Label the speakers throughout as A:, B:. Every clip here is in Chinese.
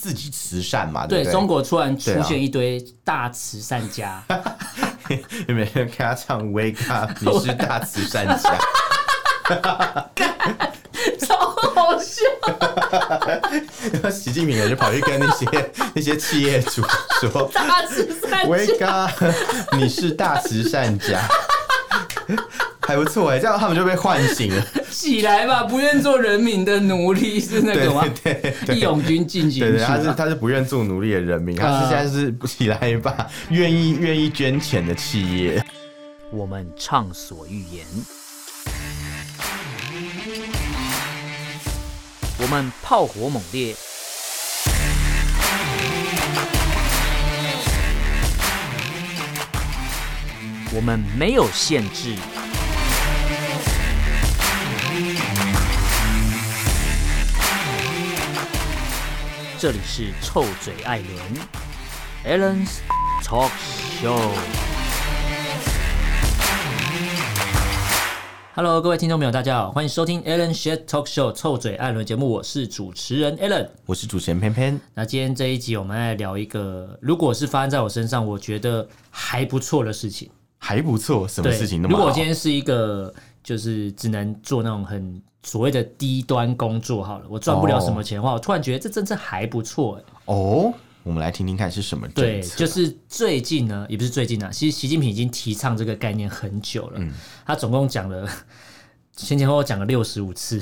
A: 自己慈善嘛，对不
B: 对
A: 对？
B: 中国突然
A: 对
B: 出
A: 啊
B: 现一堆大慈 善家，
A: 你 每天看他唱《Wake Up》，你是大慈善家，
B: 超好笑。
A: 然后习近平也就跑去跟那些 那些企业主 说
B: 大慈善家，
A: ：“Wake Up，你是大慈善家。” 还不错哎，这样他们就被唤醒 了。
B: 起来吧！不愿做人民的奴隶是那
A: 对
B: 个吗？
A: 对对对
B: 义勇军进行
A: 对
B: 曲
A: 对，他是
B: 啊，
A: 他是不愿做奴隶的人民，他
B: 啊
A: 是现在是起来吧，愿意愿意捐钱的企业。
B: 我们畅所欲言；我们炮火猛烈；我们没有限制。这里是臭嘴艾伦 a l l e n s Talk Show。Hello，各位听众朋友，大家好，欢迎收听 Alan Shed Talk Show 臭嘴艾伦节目，我是主持人 Alan。
A: 我是主持人偏偏，
B: 那今天这一集，我们来聊一个，如果是发生在我身上，我觉得还不错的事情。
A: 还不错，什么
B: 对，
A: 事情那么
B: 如
A: 好？
B: 果我今天是一个，就是只能做那种很所谓的低端工作好了，我赚不了什么钱的话，我突然觉得这政策还不错、欸。
A: 哦，我们来听听看是什么
B: 对，
A: 政策。
B: 就是最近呢，也不是最近啊，其实习近平已经提倡这个概念很久了。
A: 嗯
B: 他总共讲了前前后后讲了六十五次，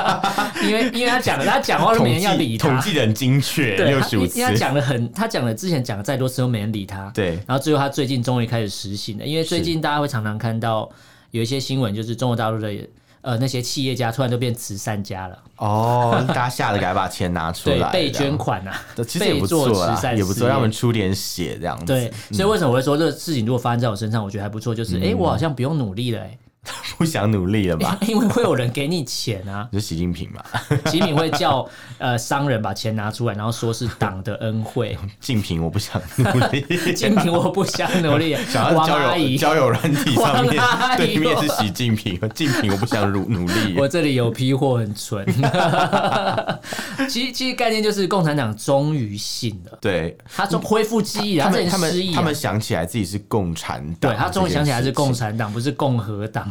B: 因为因为他讲了，他讲话都
A: 统
B: 没人要
A: 计
B: 理他
A: 统。计的很精确，
B: 对，
A: 六
B: 他
A: 十五
B: 因
A: 次
B: 因为。他讲的很，他讲了之前讲了再多次都没人理他。
A: 对
B: 然后最后他最近终于开始实行了，因为最近大家会常常看到有一些新闻，就是中国大陆的呃那些企业家突然都变慈善家了，
A: 哦，大家吓得赶快把钱拿出
B: 对
A: 来，，
B: 被
A: 这样
B: 捐，款啊，
A: 其实也不
B: 被
A: 错
B: 做慈
A: 啦，
B: 善
A: 也不
B: 事
A: 错，
B: 业
A: 让我们出点血这样 子。嗯
B: 对，，所以为什么我会说这个事情如果发生在我身上，我觉得还不错，就是哎、诶我好像不用努力了、 诶
A: 不想努力了吧？。
B: 哎因为会有人给你钱啊
A: 你是习近平嘛？
B: 吉米会叫呃商人把钱拿出来，然后说是党的恩 惠。
A: 竞平，我不想努 力。
B: 金平我不想努力，
A: 想要
B: 王
A: 交
B: 阿
A: 友
B: 姨，
A: 交友软体上面
B: 王阿姨
A: 对面是习近平，竞平我不想努努力。
B: 我这里有批货很纯。 其实其实概念就是共产党终于醒了，
A: 对
B: 他终恢复记忆
A: 嗯
B: 了，
A: 他
B: 之
A: 们
B: 前
A: 他
B: 失
A: 们
B: 忆
A: 他
B: 了
A: 们。想起来自己是共产党，
B: 对他终于想起来是共。产党，不是共和党。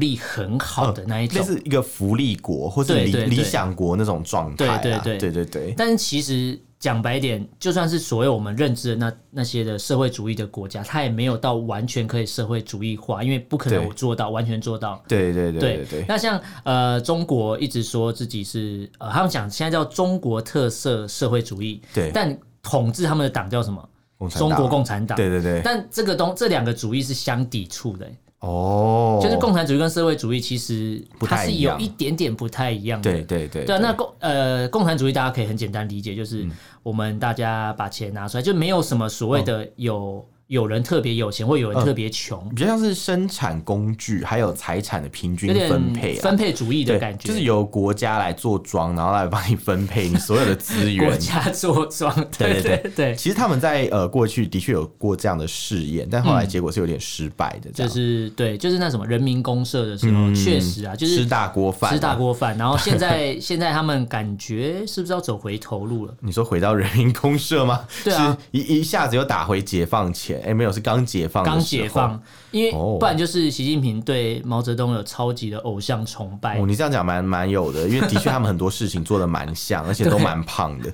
B: 利很好的那一种
A: 哦类，似一个福利国或是
B: 对
A: 理
B: 对对
A: 理想国那种状态啊。
B: 对
A: 对
B: 对对
A: 对对
B: 但是其实讲白一点，就算是所谓我们认知的那那些的社会主义的国家，它也没有到完全可以社会主义化，因为不可能
A: 对
B: 我做到完全做到。
A: 对对对对对。
B: 那像呃，中国一直说自己是呃，他们讲现在叫中国特色社会主义，
A: 对
B: 但统治他们的党叫什么？
A: 共产党
B: 中国共产党。
A: 对对对，
B: 但这个东这两个主义是相抵触的、
A: 哦，
B: 就是共产主义跟社会主义其实
A: 不
B: 它
A: 太
B: 是
A: 一
B: 有
A: 样
B: 一点点不太一样的。
A: 对对对嗯
B: 对啊，那共呃共产主义大家可以很简单理解，就是我们大家把钱拿出来，就没有什么所谓
A: 嗯
B: 的有、有人特别有钱或有人特别穷，
A: 比较像是生产工具还有财产的平均
B: 有点
A: 分配啊，
B: 分配主义的
A: 对
B: 感觉，
A: 就是由国家来做庄，然后来帮你分配你所有的资
B: 国
A: 源。
B: 家做庄。
A: 对
B: 对
A: 对
B: 对对，
A: 其实他们在呃过去的确有过这样的试验，但后来结果是有点失败的，这
B: 就
A: 样、
B: 是对，就是那什么人民公社的时候，
A: 嗯
B: 确、实啊，就
A: 吃
B: 是。
A: 大锅饭、
B: 吃大。锅饭，然后现 在现在他们感觉是不是要走回头路了？
A: 你说回到人民公社吗？
B: 对啊
A: 是一一下子又打回解放前，哎、没有，是刚解放，
B: 刚解。放，因为
A: 哦
B: 不然就是习近平对毛泽东有超级的偶像崇拜
A: 哦，，你这样讲蛮蛮有的，因为的确他们很多事情做的蛮 像，而且都蛮胖的。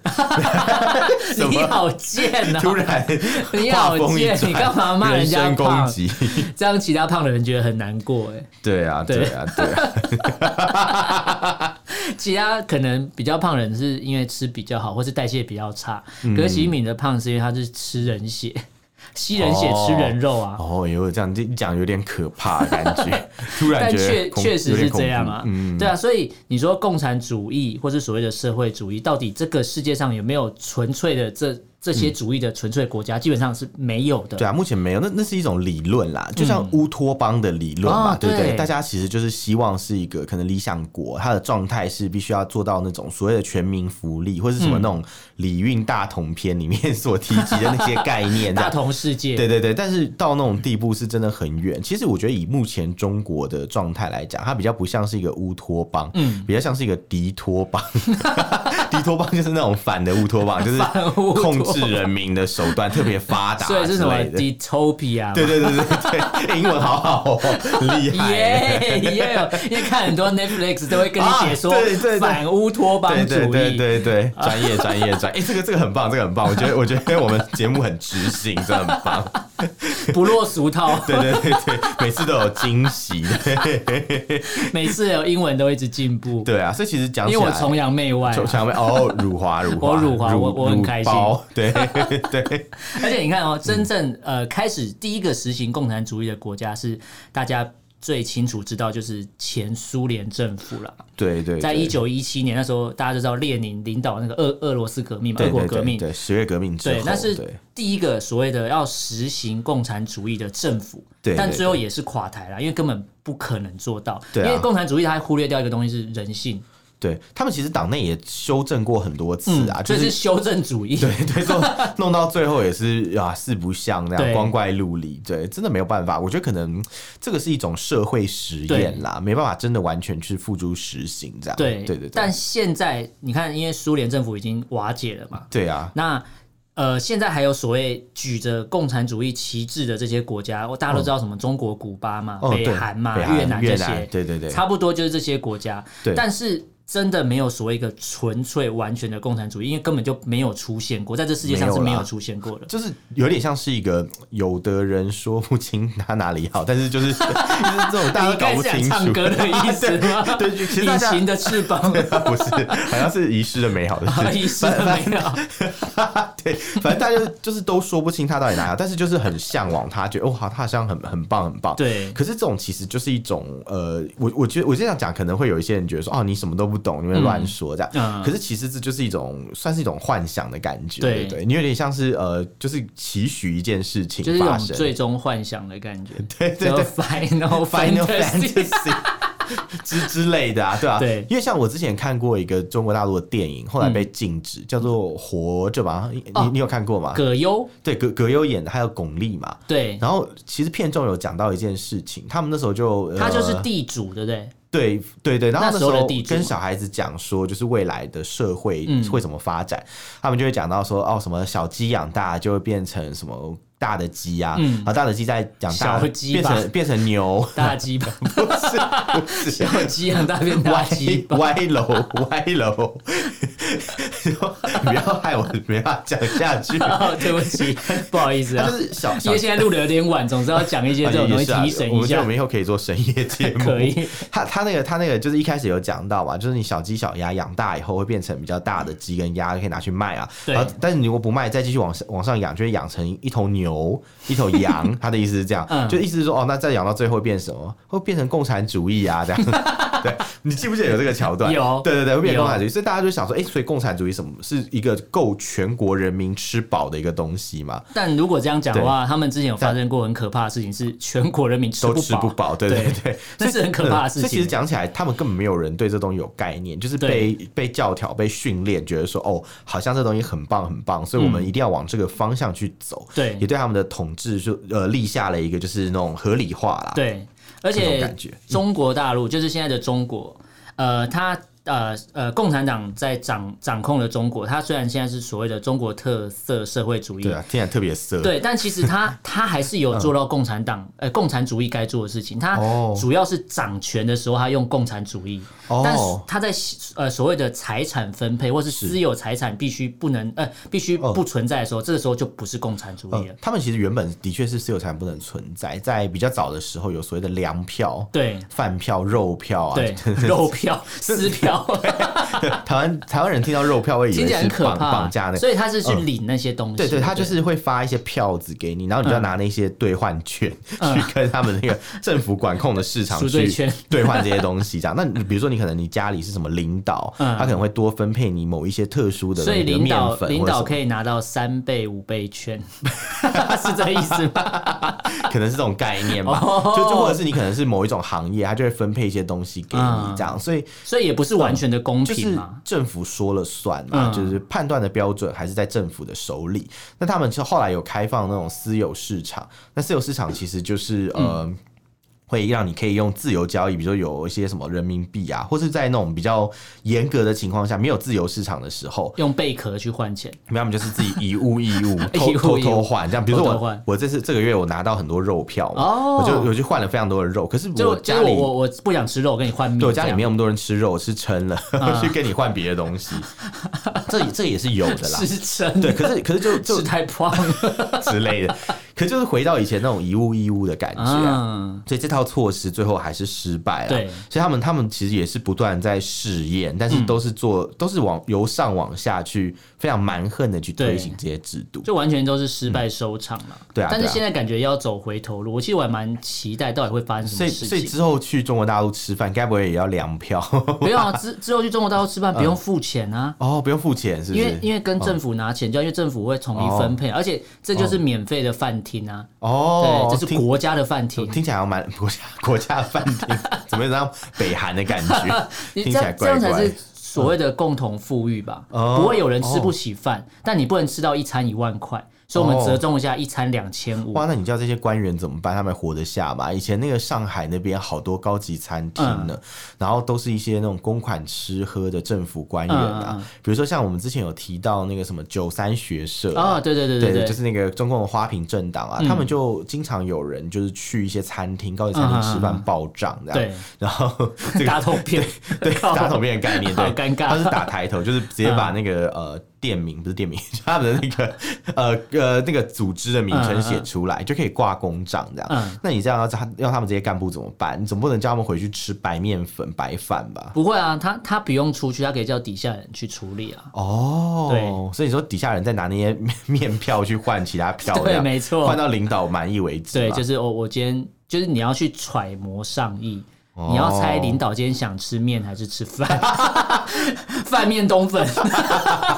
A: 什
B: 你
A: 么
B: 好贱啊！
A: 突然
B: 你
A: 画
B: 好
A: 风一
B: 贱，
A: 转，
B: 你干嘛骂人
A: 人
B: 家
A: 身攻
B: 胖？
A: 击？
B: 这样其他胖的人觉得很难过哎、
A: 对啊，对啊，对 啊。
B: 其他可能比较胖的人
A: 嗯
B: 是因为吃比较好，或是代谢比较差。可是习近平的胖是因为他是吃人血，吸人血吃人肉啊。
A: 哦，有这样一讲有点可怕，感觉突然
B: 但
A: 觉得
B: 确
A: 恐
B: 确实
A: 有点
B: 是
A: 恐
B: 这样
A: 怖
B: 啊，
A: 嗯，
B: 对啊，所以你说共产主义或是所谓的社会主义，到底这个世界上有没有纯粹的这这些主义的纯粹国家？基本上是没有
A: 嗯
B: 的。
A: 对啊，目前没有，那那是一种理论啦，就像乌托邦的理论嘛，
B: 啊
A: 对不对？
B: 嗯对
A: 大家其实就是希望是一个可能理想国，它的状态是必须要做到那种所谓的全民福利，或是
B: 嗯
A: 什么那种礼运大同篇里面所提及的那些概念，这
B: 大
A: 样
B: 同世界，
A: 对对对，但是到那种地步是真的很远。其实我觉得以目前中国的状态来讲，它比较不像是一个乌托邦，嗯，比较像是一个迪托邦。 迪托邦就是那种反的乌托邦，就是
B: 反乌托
A: 控制人民的手段特别发达之
B: 所
A: 类的，
B: 以是什么 dystopia？嘛啊
A: 对对对对对，英文好好 哦，厉害。
B: 耶耶！因为看很多 Netflix 都会跟你解说
A: 啊对对对
B: 反乌托邦
A: 对
B: 主
A: 对对
B: 义。
A: 对对，专业专业 专，哎、这个这个很棒，这个很棒，我觉得我觉得我们节目很知性，真的很棒。
B: 不落俗套，
A: 对对对对，每次都有惊喜。
B: 每次有英文都一直进步。
A: 对啊，所以其实讲起
B: 因为
A: 来，
B: 我崇洋媚外啊、
A: 就想被哦，辱华辱华，
B: 我 辱华我我很
A: 乳
B: 开心
A: 包 对对，
B: 而且你看
A: 嗯
B: 哦，真正呃开始第一个实行共产主义的国家是大家最清楚知道，就是前苏联政府啦。
A: 对对，
B: 在
A: 对
B: 一九一七年那时候，大家就知道列宁领导那个俄俄罗斯革命嘛，
A: 对
B: 俄国
A: 对对
B: 革命。
A: 对十月革命之后，
B: 对，那是
A: 对
B: 第一个所谓的要实行共产主义的政府，
A: 对
B: 但
A: 对
B: 最后也是垮台啦，因为根本不可能做到，
A: 对啊
B: 因为共产主义它忽略掉一个东西是人性，
A: 对，他们其实党内也修正过很多次啊，就
B: 嗯这是
A: 是
B: 修正主义，
A: 对对，弄弄到最后也是啊，四不像那样，
B: 对
A: 光怪陆离。对，真的没有办法。我觉得可能这个是一种社会实验啦，没办法真的完全去付诸实行这样。
B: 对
A: 对对
B: 但
A: 对，
B: 现在你看，因为苏联政府已经瓦解了嘛，
A: 对啊。
B: 那呃，现在还有所谓举着共产主义旗帜的这些国家，我大家都知道什么中国、古巴嘛、
A: 嗯哦，
B: 北
A: 对
B: 韩嘛、
A: 北韩、
B: 越南这
A: 越
B: 些
A: 南，，对对对，
B: 差不多就是这些国家。
A: 对
B: 但是真的没有所谓一个纯粹完全的共产主义，因为根本就没有出现过，在这世界上是
A: 没
B: 没
A: 有啦
B: 有出现过的。
A: 就是有点像是一个有的人说不清他哪里好，但是就是 就是这种大家都
B: 你
A: 搞
B: 刚
A: 不
B: 是想
A: 清
B: 唱
A: 楚。
B: 歌的意思 吗？
A: 对对其实大
B: 隐
A: 家
B: 形的翅膀，
A: 不是，好像是遗失了美好的事 情。
B: 遗失的美好。哎
A: 对，反正大家就是都说不清他到底哪里好，但是就是很向往他，觉得哦，好，他好像很很棒，很棒。
B: 对
A: 可是这种其实就是一种呃，我我觉得我这样讲，可能会有一些人觉得说，哦，你什么都不懂，你们乱说这样。
B: 嗯
A: 可是其实这就是一种算是一种幻想的感觉，
B: 对
A: 对对，你有点像是呃，就是期许一件事情
B: 就是一
A: 发
B: 种
A: 生，
B: 最终幻想的感觉，
A: 对对
B: 叫
A: 对
B: ，Final
A: Final
B: Fantasy，
A: Fantasy 之之类的啊，对吧、啊？
B: 对嗯
A: 因为像我之前看过一个中国大陆的电影，后来被禁止，叫做《活着》吧，你、
B: 哦
A: 你你有看过吗？
B: 葛优
A: 对，葛葛优演的，还有巩俐嘛。
B: 对，
A: 然后其实片中有讲到一件事情，他们那时候就、呃
B: 他就是地主，对不对？
A: 对对对，然后那
B: 那时
A: 时
B: 候的
A: 候
B: 地主
A: 跟小孩子讲说，就是未来的社会
B: 嗯
A: 会怎么发展，他们就会讲到说，哦，什么小鸡养大就会变成什么大的鸡啊，
B: 嗯
A: 然后大的鸡再养大
B: 小鸡
A: 变
B: 吧
A: 成变成牛，
B: 大鸡巴，
A: 不是不是
B: 小鸡养大变大
A: 歪
B: 鸡巴，
A: 歪楼歪楼， 不要害我没办法讲下去。
B: 哦对不起，不好意思
A: 他
B: 啊
A: 就，是小
B: 因
A: 小
B: 为现在录的有点晚，总是要讲一些这种 东西提神
A: 啊我们觉
B: 一
A: 得
B: 下
A: 我。们以后可以做深夜节目。
B: 可以，
A: 他他那个他那个就是一开始有讲到嘛，就是你小鸡小鸭养大以后会变成比较大的鸡跟鸭，可以拿去卖啊。
B: 对
A: 然后但是你如果不卖，再继续往上往上养，就会养成一头牛、一头羊。他的意思是这样，
B: 嗯
A: 就意思是说哦，那再养到最后会变什么？会变成共产主义啊，这样。 对，你记不记得有这个桥段？
B: 有
A: 对对对，会变成共产主义。所以大家就想说，哎、所以共产主义什么是一个够全国人民吃饱的一个东西嘛？
B: 但如果这样讲的话，他们之前有发生过很可怕的事情，是全国人民吃
A: 都吃不
B: 饱。
A: 饱，对对
B: 对
A: 对，
B: 这是很可怕的事
A: 所以其实
B: 情。
A: 讲起来，他们根本没有人对这东西有概念，就是被被教条、被训练，觉得说哦，好像这东西很棒很棒，所以我们一定要往这个方向去走。
B: 对
A: 也对他们的统治就呃立下了一个就是那种合理化啦。
B: 对，而
A: 这种
B: 且
A: 感觉嗯
B: 中国大陆就是现在的中国，呃，它呃呃，共产党在掌掌控了中国。它虽然现在是所谓的中国特色社会主义
A: 对，啊，听起来特别色。
B: 对，但其实他他还是有做到共产党、呃共产主义该做的事情。他
A: 嗯哦
B: 主要是掌权的时候，他用共产主义，
A: 哦
B: 但是他在呃所谓的财产分配或是私有财产必须不能呃必须
A: 哦
B: 不存在的时候，这个时候就不是共产主义了。
A: 嗯他们其实原本的确是私有财产不能存在，在比较早的时候有所谓的粮票、
B: 对
A: 饭票、肉票啊，
B: 对，肉票、撕票票，
A: 台湾台湾人听到肉票 会以
B: 听
A: 为
B: 起来很
A: 是
B: 可
A: 绑
B: 怕。
A: 绑架那个。
B: 所以他是去领那些东西。
A: 对对，他就是会发一些票子给你，然后你就要拿那些兑
B: 嗯
A: 换券去跟他们那个政府管控的市场
B: 赎罪
A: 去
B: 券
A: 兑换这些东西。这样，那你比如说你可能你家里是什么领导，
B: 嗯
A: 他可能会多分配你某一些特殊的
B: 所以
A: 那个
B: 领导
A: 面粉
B: 领
A: 或者
B: 导
A: 什么
B: 可以拿到三倍五倍券， 是这意思吗？
A: 可能是这种概念吧，
B: 哦
A: 就就或者是你可能是某一种行业，他就会分配一些东西给
B: 嗯
A: 你这样，所以
B: 所以也不是完全的公
A: 就
B: 平
A: 是
B: 嘛。
A: 政府说了算嘛，
B: 嗯
A: 就是判断的标准还是在政府的手里。那他们就后来有开放那种私有市场，那私有市场其实就是
B: 嗯
A: 呃。会让你可以用自由交易，比如说有一些什么人民币啊，或是在那种比较严格的情况下，没有自由市场的时候，
B: 用贝壳去换钱，
A: 没有，我们就是自己以物易 物，
B: 以物
A: 偷
B: 易物
A: 偷偷换这样。比如说
B: 偷偷
A: 我
B: 换，
A: 我这次这个月我拿到很多肉票嘛，
B: 哦
A: 我就我就换了非常多的肉。可是
B: 就
A: 我
B: 就
A: 家
B: 是
A: 里
B: 我我我不想吃肉，我跟你换面这
A: 对我
B: 样。
A: 家里没有那么多人吃肉，我吃撑了， 去跟你换别的东西，这这也是有的啦。
B: 是真
A: 对，
B: 的，
A: 可是可是就 就是
B: 太胖了。
A: 之类的，可就是回到以前那种一物一物的感觉啊。
B: 嗯，
A: 所以这套措施最后还是失败了。
B: 对
A: 所以他们他们其实也是不断在试验，但是都是做、都是往由上往下去非常蛮横的去推
B: 对
A: 行这些制度。
B: 就完全都是失败收场嘛。
A: 嗯对啊
B: 但是
A: 对啊
B: 现在感觉要走回头路，我其实我还蛮期待到底会发生什
A: 所以，
B: 么事
A: 所以
B: 情。
A: 之后去中国大陆吃饭，该不会也要粮票？
B: 不用啊，之之后去中国大陆吃饭不用付钱啊。
A: 哦，不用付钱，是不
B: 因为
A: 是？
B: 因为跟政府拿钱，就因为政府会统一分配，而且这就是免费的饭厅啊，
A: 哦，
B: 对，这是
A: 听哦
B: 国家的饭厅。
A: 听起来好像蛮 国家国家饭 厅，怎么有张北韩的感觉？
B: 你
A: 听
B: 这
A: 起来
B: 样这样
A: 怪
B: 才
A: 怪
B: 是。所谓的共同富裕吧，
A: 哦
B: 不会有人吃不起饭，但你不能吃到一餐一万块，所以我们
A: 哦
B: 折中一下，一餐两千五
A: 哇，。那你叫这些官员怎么办？他们还活得下吗？以前那个上海那边好多高级餐厅
B: 嗯
A: 呢，然后都是一些那种公款吃喝的政府官员啊，
B: 嗯嗯嗯
A: 比如说像我们之前有提到那个什么九三学社
B: 啊，对对对
A: 对
B: 对嗯
A: 就是那个中共的花瓶政党啊，他们就经常有人就是去一些餐厅、高级餐厅吃
B: 嗯嗯
A: 饭
B: 嗯
A: 报账这样，
B: 对，
A: 然后这
B: 对，
A: 个
B: 打桶 片， 对，
A: 打桶片的概念，对
B: 好，尴尬嗯
A: 他是打抬头，就是直接把那个呃店名不是店名，就他们的那个呃呃那个组织的名称写出来，就可以挂公账这样
B: 嗯。
A: 那你这样要他要他们这些干部怎么办？你总不能叫他们回去吃白面粉白饭吧？
B: 不会啊，他他不用出去，他可以叫底下人去处理啊。
A: 哦，
B: 对
A: 所以说底下人再拿那些面面票去换其他票，
B: 对
A: 这样
B: 没错
A: 换到领导满意为止
B: 对，
A: 嘛。
B: 就是我我今天就是你要去揣摩上意，
A: 哦
B: 你要猜领导今天想吃面还是吃饭， 饭面冬粉，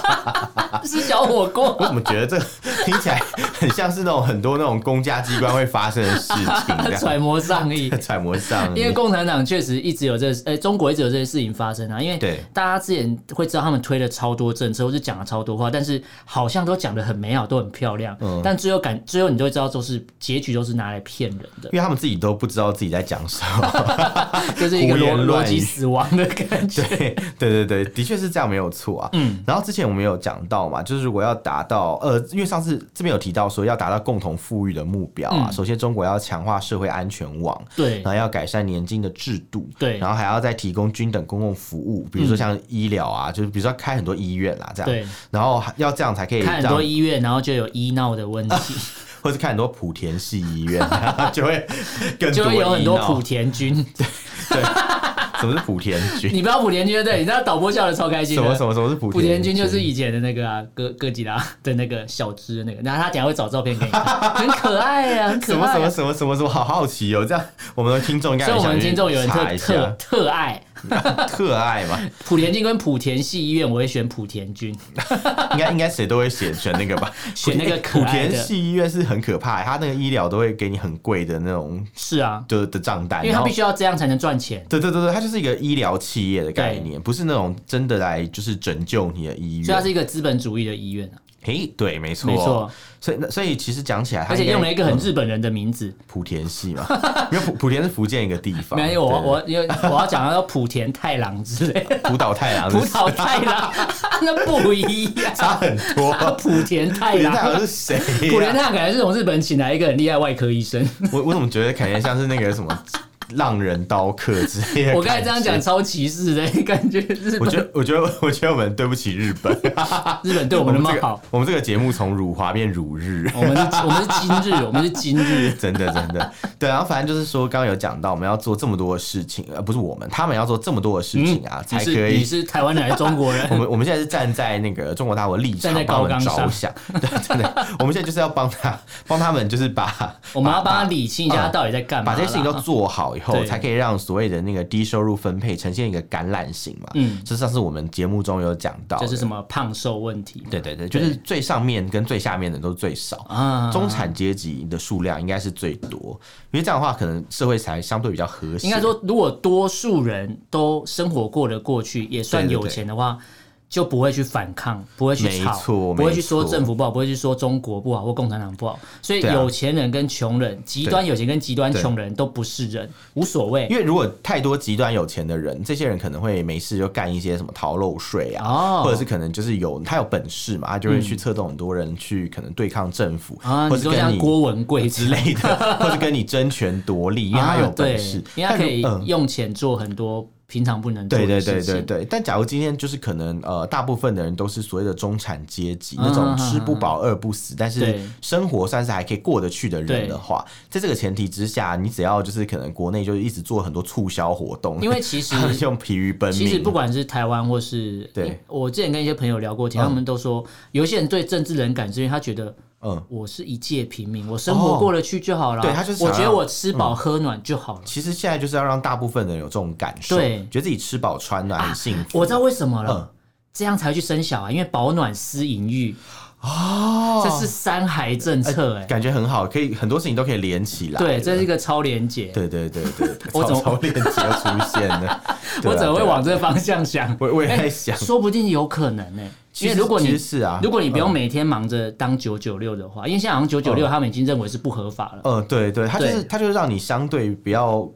B: 是小火 锅。
A: 我怎么觉得这听起来很像是那种很多那种公家机关会发生的事情，这样
B: 揣摩上意，
A: 揣摩上你，
B: 因为共产党确实一直有这，呃、中国一直有这些事情发生啊。因为
A: 对
B: 大家之前会知道他们推了超多政策，或是讲了超多话，但是好像都讲的很美好，都很漂亮，
A: 嗯
B: 但最后感最后你就会知道，都是结局都是拿来骗人的
A: 因，为他们自己都不知道自己在讲什 么。
B: 就是一个
A: 胡言
B: 逻逻
A: 乱语
B: 辑死亡的感 觉。
A: 对对对对，的确是这样，没有错啊。嗯，然后之前我们有讲到嘛，就是如果要达到呃，因为上次这边有提到说要达到共同富裕的目标啊，首先中国要强化社会安全网。
B: 嗯对
A: 然后要改善年金的制度，
B: 对嗯
A: 然后还要再提供均等公共服务，比如说像医疗啊，就是比如说开很多医院啦，这样，
B: 对，
A: 然后还要这样才可以
B: 看很
A: 让
B: 多医院，然后就有医闹的问 题，
A: 或是看很多莆田系医院， 就会更
B: 就
A: 多
B: 会有很多
A: 医闹
B: 莆田 军。
A: 什么是莆田 军？
B: 你不要莆田军，对，你知道导播笑的超开心
A: 什么
B: 的
A: 什。么什么是莆
B: 莆田军就是是以前的那个啊，哥哥吉拉的那个小只的那个，然后他等一下会找照片 给你看，很可爱呀、很可
A: 什么
B: 爱、
A: 什么
B: 啊。
A: 什么什么什么，好好奇哦！这样我们的听众应该
B: 所以
A: 很
B: 我
A: 想
B: 们
A: 去
B: 听众有人
A: 查
B: 特
A: 一
B: 特
A: 下
B: 特爱
A: 特爱嘛，
B: 莆田军跟莆田系医院，我会选莆田军，
A: 应该应该谁都会选选那个 吧？
B: 选那个可
A: 莆
B: 爱
A: 田
B: 的。
A: 系医院是很可怕，他那个医疗都会给你很贵的那种
B: 是啊，
A: 的的账单，
B: 因为他
A: 然后
B: 必须要这样才能赚钱，
A: 对对对对，它就是一个医疗企业的概念，不是那种真的来就是拯救你的医
B: 所以
A: 院。
B: 它是一个资本主义的医院啊。
A: 嘿，对，没错，
B: 没错，
A: 所以那所以其实讲起来，它
B: 而且
A: 应该
B: 用了一个很日本人的名字，
A: 莆田系嘛， 因为莆莆田是福建一个地方，
B: 没有我
A: 嗯对
B: 我因为我要讲到莆田太郎之类的。
A: 浦岛太郎
B: 葡
A: 是
B: 萄太郎， 那不一样。
A: 差很 多，
B: 莆田 太
A: 莆田太
B: 郎，
A: 郎是谁呀？
B: 莆田太郎感觉是从日本请来一个很厉害外科医生，
A: 我我怎么觉得感觉像是那个什么浪人刀客之类的。
B: 我刚才这样讲，超歧视的，感觉日
A: 我觉
B: 本
A: 得，我觉得，我觉得我们对不起日本，
B: 日本对我们那么好，
A: 我们这个节目从辱华变辱日。
B: 我们是我们是今日，我们是今日。
A: 真的真的，对，然后反正就是说，刚刚有讲到我们要做这么多的事情，呃，不是我们，他们要做这么多的事情啊，
B: 嗯 你
A: 才可
B: 是你
A: 以。
B: 是台湾人还是中 国人？
A: 我们我们现在是站在那个中国大陆的立场
B: 站在
A: 帮我们
B: 高岗
A: 着
B: 上
A: 想， 对，真的，我们现在就是要帮他帮他们，就是把
B: 我们要帮他理清一下
A: 把
B: 他到底在干嘛
A: 哦把这
B: 啦。
A: 些事情都做好以后，
B: 对
A: 才可以让所谓的那个低收入分配呈现一个橄榄型嘛。
B: 嗯
A: 这上次我们节目中有讲到的，
B: 就是什么胖瘦问题
A: 对对对，就是最上面跟最下面的都最少。
B: 啊，
A: 中产阶级的数量应该是最多，因为这样的话，可能社会才相对比较和谐。
B: 应该说，如果多数人都生活过得过去，也算
A: 对对
B: 有钱的话，就不会去反抗，不会去
A: 没
B: 吵，
A: 错
B: 不会
A: 没
B: 去说
A: 错
B: 政府不好，不会去说中国不好或共产党不好。所以
A: 对啊
B: 有钱人跟穷人，极端有钱跟极端
A: 对
B: 穷人都不是人，无所谓。
A: 因为如果太多极端有钱的人，这些人可能会没事就干一些什么逃漏税啊，
B: 哦嗯
A: 或者是可能就是有他有本事嘛，他就会去策动很多人去可能对抗政府，
B: 啊，
A: 或
B: 你
A: 者
B: 说
A: 跟
B: 像
A: 你
B: 郭文贵
A: 之类的，或是跟你争权夺 利，因为他有本事
B: 啊，对因为他
A: 但如
B: 可以
A: 嗯
B: 用钱做很多平常不能做
A: 对
B: 的
A: 对
B: 事
A: 对
B: 情。
A: 对对，但假如今天就是可能呃，大部分的人都是所谓的中产阶级，
B: 嗯
A: 那种
B: 嗯
A: 吃
B: 嗯
A: 不饱饿不死，但是
B: 对
A: 生活算是还可以过得去的人
B: 对
A: 的话，在这个前提之下，你只要就是可能国内就一直做很多促销活动，
B: 因为其实
A: 他们用疲于奔
B: 其实
A: 命
B: 不，管是台湾或是
A: 对，
B: 我之前跟一些朋友聊过天，
A: 嗯
B: 他们都说有一些人对政治冷感，是因为他觉得
A: 嗯，
B: 我是一介平民，我生活过得去就好了。
A: 对他就是想
B: 我
A: 要嗯
B: 觉得我吃饱喝暖就好了。
A: 其实现在就是要让大部分人有这种感受，
B: 对啊
A: 觉得自己吃饱穿暖很幸福。
B: 我知道为什么了
A: 嗯，
B: 这样才会去生小孩，因为保暖思淫欲，
A: 哦
B: 这是三孩政策哎。
A: 感觉很好，可以很多事情都可以连起来。
B: 对，这是一个超连结。
A: 对对对对，对
B: 我怎么
A: 草草链接出现呢？对啊
B: 我怎么会
A: 对啊
B: 往这个方向想？
A: 我我也
B: 哎
A: 在想
B: 说不定有可能呢、
A: 其
B: 因
A: 实
B: 为如果
A: 其
B: 你
A: 实是啊
B: 如果你不用每天忙着当九九六的话，因为现在好像九九
A: 嗯
B: 六他们已经认为是不合法了。
A: 呃，对对，他就是
B: 对
A: 他就是让你相对不要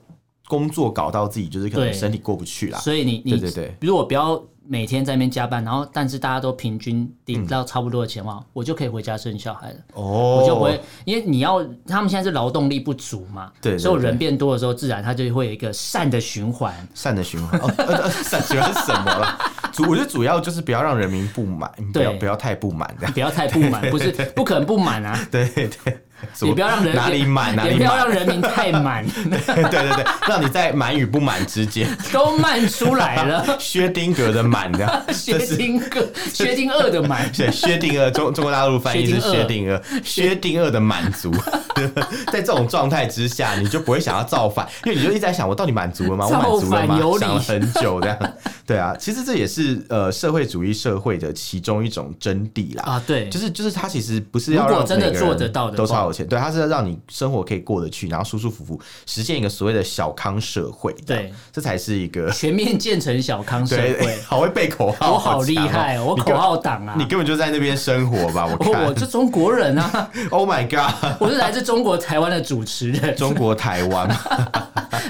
A: 工作搞到自己就是可能
B: 对
A: 身体过不去啦。
B: 所以你你
A: 对对对
B: 如果不要每天在那边加班，然后但是大家都平均领到差不多的钱的话，我就可以回家生小孩了。
A: 嗯哦
B: 我就不会，因为你要他们现在是劳动力不足嘛，
A: 对对
B: 所以
A: 对
B: 人变多的时候，自然它就会有一个善的循环。
A: 善的循环，哦呃呃善循环是什么啦？ 主我觉得主要就是不要让人民不满，嗯不要
B: 对
A: 不要太不满这样。
B: 不要太不满，不是不可能不满啊，
A: 对对对，什
B: 也
A: 么
B: 不要让人
A: 哪里满哪
B: 也
A: 里
B: 不要让
A: 满，
B: 人民太满，
A: 对对对，让你在满与不满之间，
B: 都慢出来了。
A: 薛丁格的满 这样，
B: 薛
A: 这是
B: 丁格，薛丁二 的满，
A: 对，薛定谔，中中国大陆翻译是薛
B: 薛
A: 定谔，薛定谔的满足， 在这种状态之下，你就不会想要造反，因为你就一直在想，我到底满足了吗？我满足了
B: 造反有
A: 吗？
B: 理
A: 想了很久这样，对啊，其实这也是呃社会主义社会的其中一种真谛啦。
B: 啊，对，
A: 就是就是，他其实不是要
B: 如果
A: 让
B: 真的
A: 每个人
B: 做得到的
A: 都
B: 话
A: 超有钱，对，他是要让你生活可以过得去，然后舒舒服服，实现一个所谓的小康社会。
B: 对，
A: 这才是一个
B: 全面建成小康社
A: 对
B: 会，，
A: 好会背口号，
B: 我好厉
A: 强哦
B: 害哦，我
A: 你根
B: 口号党啊
A: 你，根本就在那边生活吧？我
B: 我
A: 看
B: 哦我是中国人啊，
A: ，Oh my god！
B: 我是来自中国台湾的主持人，
A: 中国台 湾，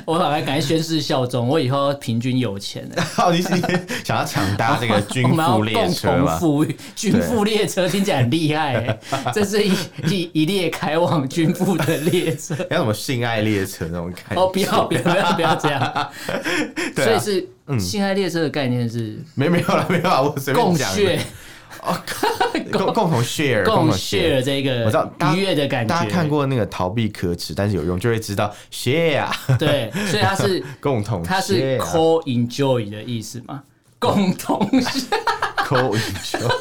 B: 我好像赶快宣誓效忠，我以后要平均有钱欸
A: 到底是哦想要抢搭这个军
B: 哦我们要
A: 富列
B: 共
A: 车
B: 同
A: 吗？
B: 富裕，军富列车听起来很厉害欸， 这是一一一列开往军富的列车。
A: 要什么性爱列车那种感觉？
B: 哦，不要不要不要不要这样，
A: 对啊
B: 所以是性爱列车的概念是
A: 没没有了，没有了，我随便
B: 共
A: 讲
B: 血
A: 的。 哦，共共同 share，
B: 共
A: 同 share。
B: share 这
A: 我知道
B: 个
A: 大家
B: 愉悦的感觉。
A: 大家看过那个逃避可耻但是有用，就会知道 share 啊
B: 对，所以它是
A: 共同 share 啊，
B: 它是 co enjoy 的意思嘛？共同
A: co enjoy。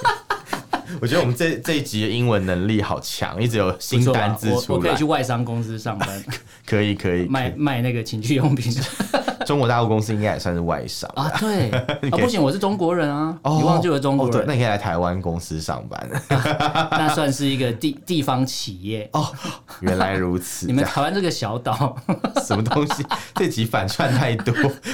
A: 我觉得我们这这一集的英文能力好强，一直有新
B: 不错吧
A: 单字
B: 我我
A: 出
B: 可以
A: 来
B: 去。外商公司上 班，
A: 可以可以，
B: 卖卖那个情趣用品
A: 中国大陆公司应该也算是外商。
B: 啊。 对啊，不行，我是中国人啊，
A: 哦
B: 你忘记我是中国
A: 哦对，那
B: 人，
A: 你可以来台湾公司上班。
B: 那算是一个地地方企业。
A: 哦， 原来如此，
B: 你们台湾这个小岛
A: 什么东西？这集反串太多，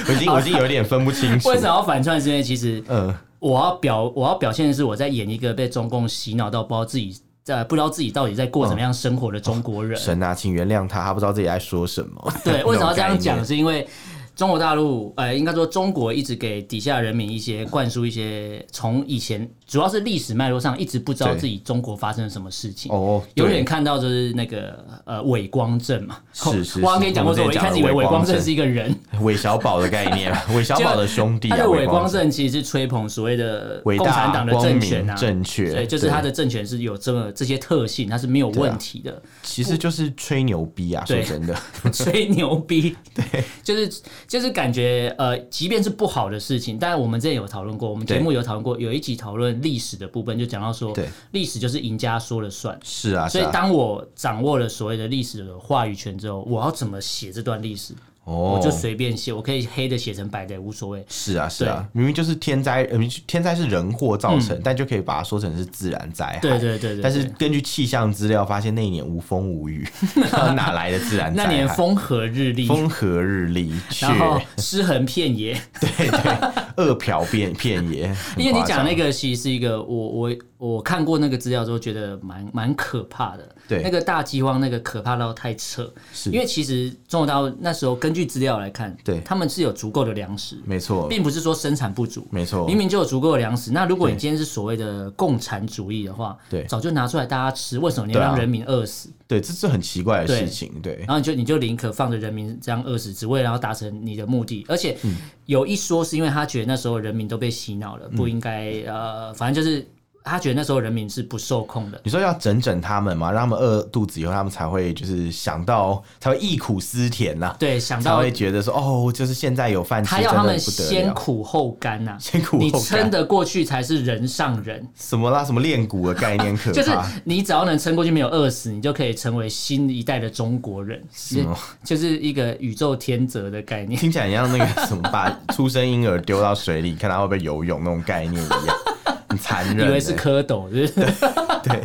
A: 我已经我已经有点分不清楚
B: 哦为。什么要反串？是因为其实
A: 嗯，
B: 我要表我要表现的是我在演一个被中共洗脑到不知道自己在不知道自己到底在过怎么样生活的中国人。
A: 神啊，请原谅他，他不知道自己在说什么。
B: 对，为什么要这样
A: 那
B: 讲？
A: 种
B: 是因为中国大陆，呃，应该说中国一直给底下人民一些灌输一些从以前主要是历史脉络上一直不知道自己中国发生了什么事情。
A: 哦，
B: 有
A: 对
B: 点看到就是那个呃伪光正嘛，
A: 是是是
B: 我刚跟你讲过说，
A: 我
B: 我
A: 们
B: 一
A: 之前
B: 开始以
A: 讲的
B: 为
A: 伪
B: 伪
A: 光
B: 光
A: 正
B: 正是一个人，
A: 韦小宝的概 念，啊韦小宝的兄弟
B: 他
A: 啊，
B: 的
A: 韦
B: 伪光
A: 光正，
B: 正其实是吹捧所谓的
A: 伟
B: 共产
A: 大
B: 党的
A: 光
B: 政权
A: 明
B: 啊，
A: 正确，啊
B: 对，就是他的政权是有这么这些特性，它是没有问题的，
A: 其实就是吹牛逼啊，说
B: 对
A: 真的，
B: 吹牛逼，对， 就是就是感觉呃，即便是不好的事情，但是我们之前有讨论过，我们节目有讨论过，有一集讨论历史的部分，就讲到说
A: 对，
B: 历史就是赢家说了算。
A: 是啊，
B: 所
A: 是
B: 以，
A: 啊，
B: 当我掌握了所谓的历史的话语权之后，我要怎么写这段历史，
A: 哦
B: 我就随便写，我可以黑的写成白的也无所谓。
A: 是啊，是啊，明明就是天灾，呃，天灾是人祸造成，但就可以把它说成是自然灾害。
B: 嗯对对对对
A: 但是
B: 对
A: 根据气象资料发现，那一年无风无雨， 哪来的自然灾
B: 那
A: 害？
B: 年风和日丽，
A: 啊风和日丽，却
B: 然后尸横遍野。
A: 对对，恶殍遍遍 野。很
B: 因为你
A: 夸
B: 讲
A: 张
B: 那个其实是一个，我我我看过那个资料之后，觉得蛮蛮可怕的。
A: 对
B: 那个大饥荒那个可怕到太扯，
A: 是
B: 因为其实中国大陆那时候根据资料来看，
A: 对哦
B: 他们是有足够的粮食，
A: 没错，
B: 并不是说生产不足。
A: 没错，
B: 明明就有足够的粮食，那如果你今天是所谓的共产主义的话，
A: 对
B: 早就拿出来大家吃，为什么你要
A: 对啊
B: 让人民饿死？
A: 对，这是很奇怪的事
B: 对
A: 情。对，
B: 然后你就你就宁可放着人民这样饿死，只为了要达成你的目的。而且
A: 嗯
B: 有一说是因为他觉得那时候人民都被洗脑了，不应该、呃，反正就是他觉得那时候人民是不受控的。
A: 你说要整整他们嘛，让他们饿肚子以后，他们才会就是想到，才会忆苦思甜呐、
B: 对，想
A: 才
B: 到
A: 会觉得说哦，就是现在有饭吃，
B: 他要他
A: 真
B: 们
A: 的不得
B: 先
A: 了。
B: 苦后甘呐、
A: 先苦
B: 你
A: 后
B: 撑
A: 甘，
B: 得过去才是人上人，
A: 什么啦？什么练骨的概念可怕？
B: 就是你只要能撑过去没有饿死，你就可以成为新一代的中国人，
A: 什么
B: 就是一个宇宙天择的概念。
A: 听起来很像那 个什么，把出生婴儿丢到水里，看他会不会游泳那种概念一样，很残
B: 以
A: 忍、
B: 为是
A: 欸
B: 蝌蚪，是不是？
A: 对，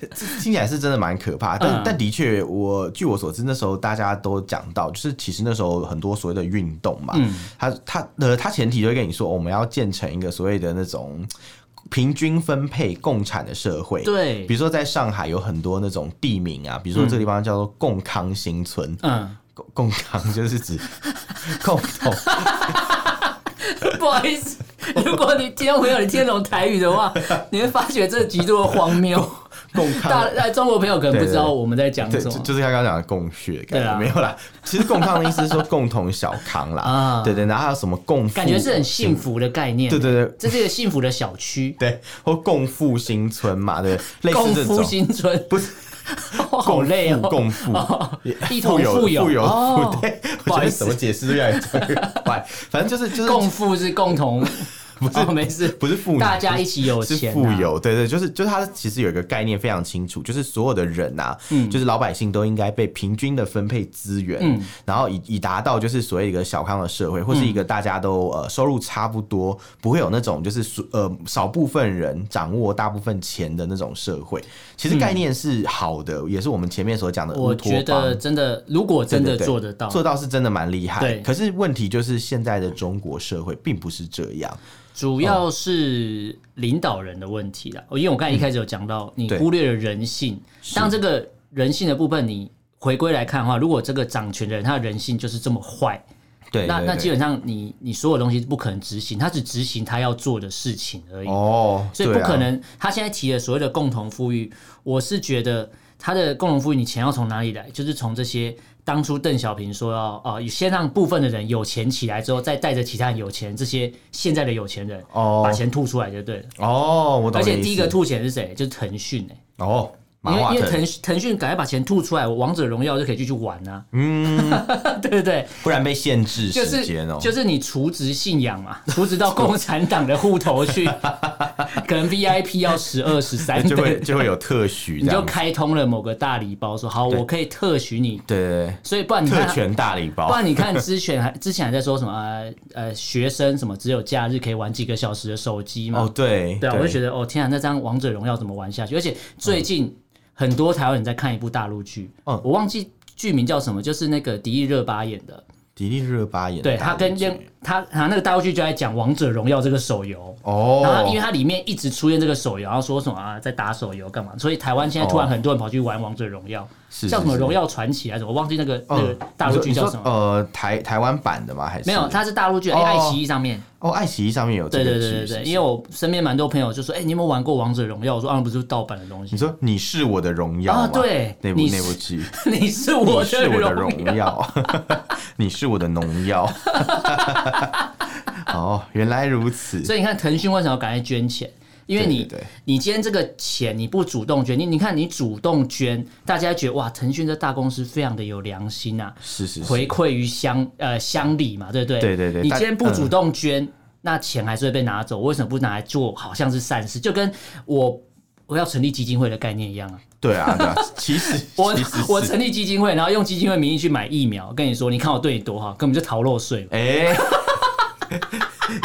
A: 这听起来是真的蛮可怕。但、
B: 嗯
A: 但的确，我据我所知，那时候大家都讲到，就是其实那时候很多所谓的运动嘛，
B: 嗯
A: 他他呃，他前提就会跟你说，我们要建成一个所谓的那种。平均分配共产的社会，
B: 对
A: 比如说在上海有很多那种地名啊，比如说这个地方叫做共康新村，
B: 嗯，
A: 共共康就是指 共同
B: 不好意思，如果你今天朋友你听得懂台语 的话，你会发觉这极度的荒谬。
A: 共康
B: 大大中国朋友可能不知道我们在讲
A: 对，
B: 什
A: 就
B: 么。
A: 就是他刚刚讲的共学的概
B: 对
A: 念，
B: 啊
A: 没有啦。其实共康的意思是说共同小康啦，
B: 啊
A: 对对，然后还有什么共富
B: 感觉是很幸福的概念，
A: 对对对
B: 这是一个幸福的小区，
A: 对，或共富新村嘛，对，类
B: 共
A: 似这
B: 夫
A: 种。
B: 新村，
A: 不是
B: 哦 好累哦，
A: 共富
B: 哦
A: 也
B: 一同
A: 富有
B: 富有
A: 富有
B: 哦
A: 富，对，
B: 不
A: 我觉
B: 好
A: 得
B: 意思
A: 怎么解释都越来越讲越坏。反正就是就是
B: 共富是共同，哦，没事，
A: 不是富女
B: 大家一起有
A: 是
B: 钱啊，
A: 富有，对对，就是就是它其实有一个概念非常清楚，就是所有的人啊，
B: 嗯
A: 就是老百姓都应该被平均的分配资源，然后以以达到就是所谓一个小康的社会，或是一个
B: 嗯
A: 大家都呃收入差不多，不会有那种就是所呃少部分人掌握大部分钱的那种社会。其实概念是好的，也是我们前面所讲的乌
B: 嗯我
A: 托
B: 觉
A: 邦
B: 得。真的，如果真
A: 对
B: 的
A: 对对
B: 做得到，
A: 做到是真的蛮厉害
B: 对。
A: 可是问题就是现在的中国社会并不是这样。
B: 主要是领导人的问题啦。哦因为我刚才一开始有讲到，你
A: 嗯对
B: 忽略了人性，当这个人性的部分你回归来看的话，如果这个掌权的人他的人性就是这么坏，
A: 对，
B: 那
A: 对
B: 那
A: 对
B: 基本上你你所有东西是不可能执行，他只执行他要做的事情而已。
A: 哦，
B: 所以不
A: 对啊
B: 可能，他现在提的所谓的共同富裕，我是觉得他的共同富裕，你钱要从哪里来？就是从这些当初邓小平说要哦、先让部分的人有钱起来之后，再带着其他人有钱，这些现在的有钱人、
A: 哦
B: 把钱吐出来就对了。
A: 哦，我懂
B: 而
A: 你的意思。
B: 且第一个吐钱是谁？就是腾讯哎，
A: 哦，马
B: 因
A: 化
B: 为因为
A: 腾，
B: 腾腾讯赶快把钱吐出来，我王者荣耀就可以继续玩啊。嗯， 对对对，
A: 不然被限制
B: 就
A: 时间
B: 是
A: 哦。
B: 就是你除职信仰嘛， 除职到共产党的户头 去，可能 VIP 要十二十三
A: 就会
B: 对，
A: 就会有特许这
B: 你就
A: 样子，
B: 开通了某个大礼包，说好，我可以特许你，
A: 对对
B: 所以不然
A: 对，
B: 你看
A: 特，权哦大礼
B: 不
A: 包，
B: 然你看之 前还之前还在说什么呃呃学生什么只有假日可以玩几个小时的手机嘛，
A: 哦对
B: 对啊，我就觉得哦天啊，那张王者荣耀怎么玩下去？而且最近很多台湾人在看一部大陆剧，
A: 嗯
B: 我忘记剧名叫什么，就是那个迪丽热巴演的，
A: 迪丽热巴演的
B: 对
A: 大
B: 他
A: 陆
B: 跟
A: 剧
B: 任他他那个大陆剧就在讲王者荣耀这个手游。然后，因为
A: 哦，
B: 它里面一直出现这个手游，然后说什么啊，在打手游干嘛？所以台湾现在突
A: 哦
B: 然很多人跑去玩王者荣耀，
A: 是
B: 叫什么荣
A: 耀
B: 耀传奇还是什么？我忘记那个、那
A: 嗯
B: 个大陆剧
A: 你说
B: 叫
A: 你
B: 什
A: 说
B: 么？
A: 呃，台台湾版的吗？还是
B: 没有，它是大陆剧，哎、
A: 哦
B: 爱奇艺上面
A: 哦，爱奇艺上面有这
B: 对
A: 个
B: 对
A: 剧，
B: 对对
A: 是
B: 对，
A: 不是
B: 因为我身边蛮多朋友就说：“哎、你有没有玩过《王者荣耀》？”我说：“啊，不是盗版的东西
A: 你。说你是我的荣耀
B: 啊
A: 吗
B: 对
A: 那部
B: 你
A: 那部
B: 是
A: 剧，”
B: 你是 我
A: 你是
B: 的
A: 我的
B: 荣
A: 荣耀， 你是我的农药。 哦，原来如此。
B: 所以你看，腾讯为什么要赶快捐钱？因为你
A: 对对对
B: 你今天这个钱你不主动捐，你你看你主动捐，大家觉得哇，腾讯这大公司非常的有良心啊，
A: 是是是，
B: 回馈于乡呃乡里嘛，对不对？
A: 对对对
B: 你
A: 大
B: 今天不
A: 嗯
B: 主动捐，那钱还是会被拿走，为什么不拿来做好像是善事？就跟我我要成立基金会的概念一样啊，
A: 对啊，对啊，其 实
B: 我
A: 其实
B: 我
A: 是
B: 成立基金会，然后用基金会名义去买疫苗，跟你说，你看我对你多好，根本就逃漏税嘛，
A: 哎，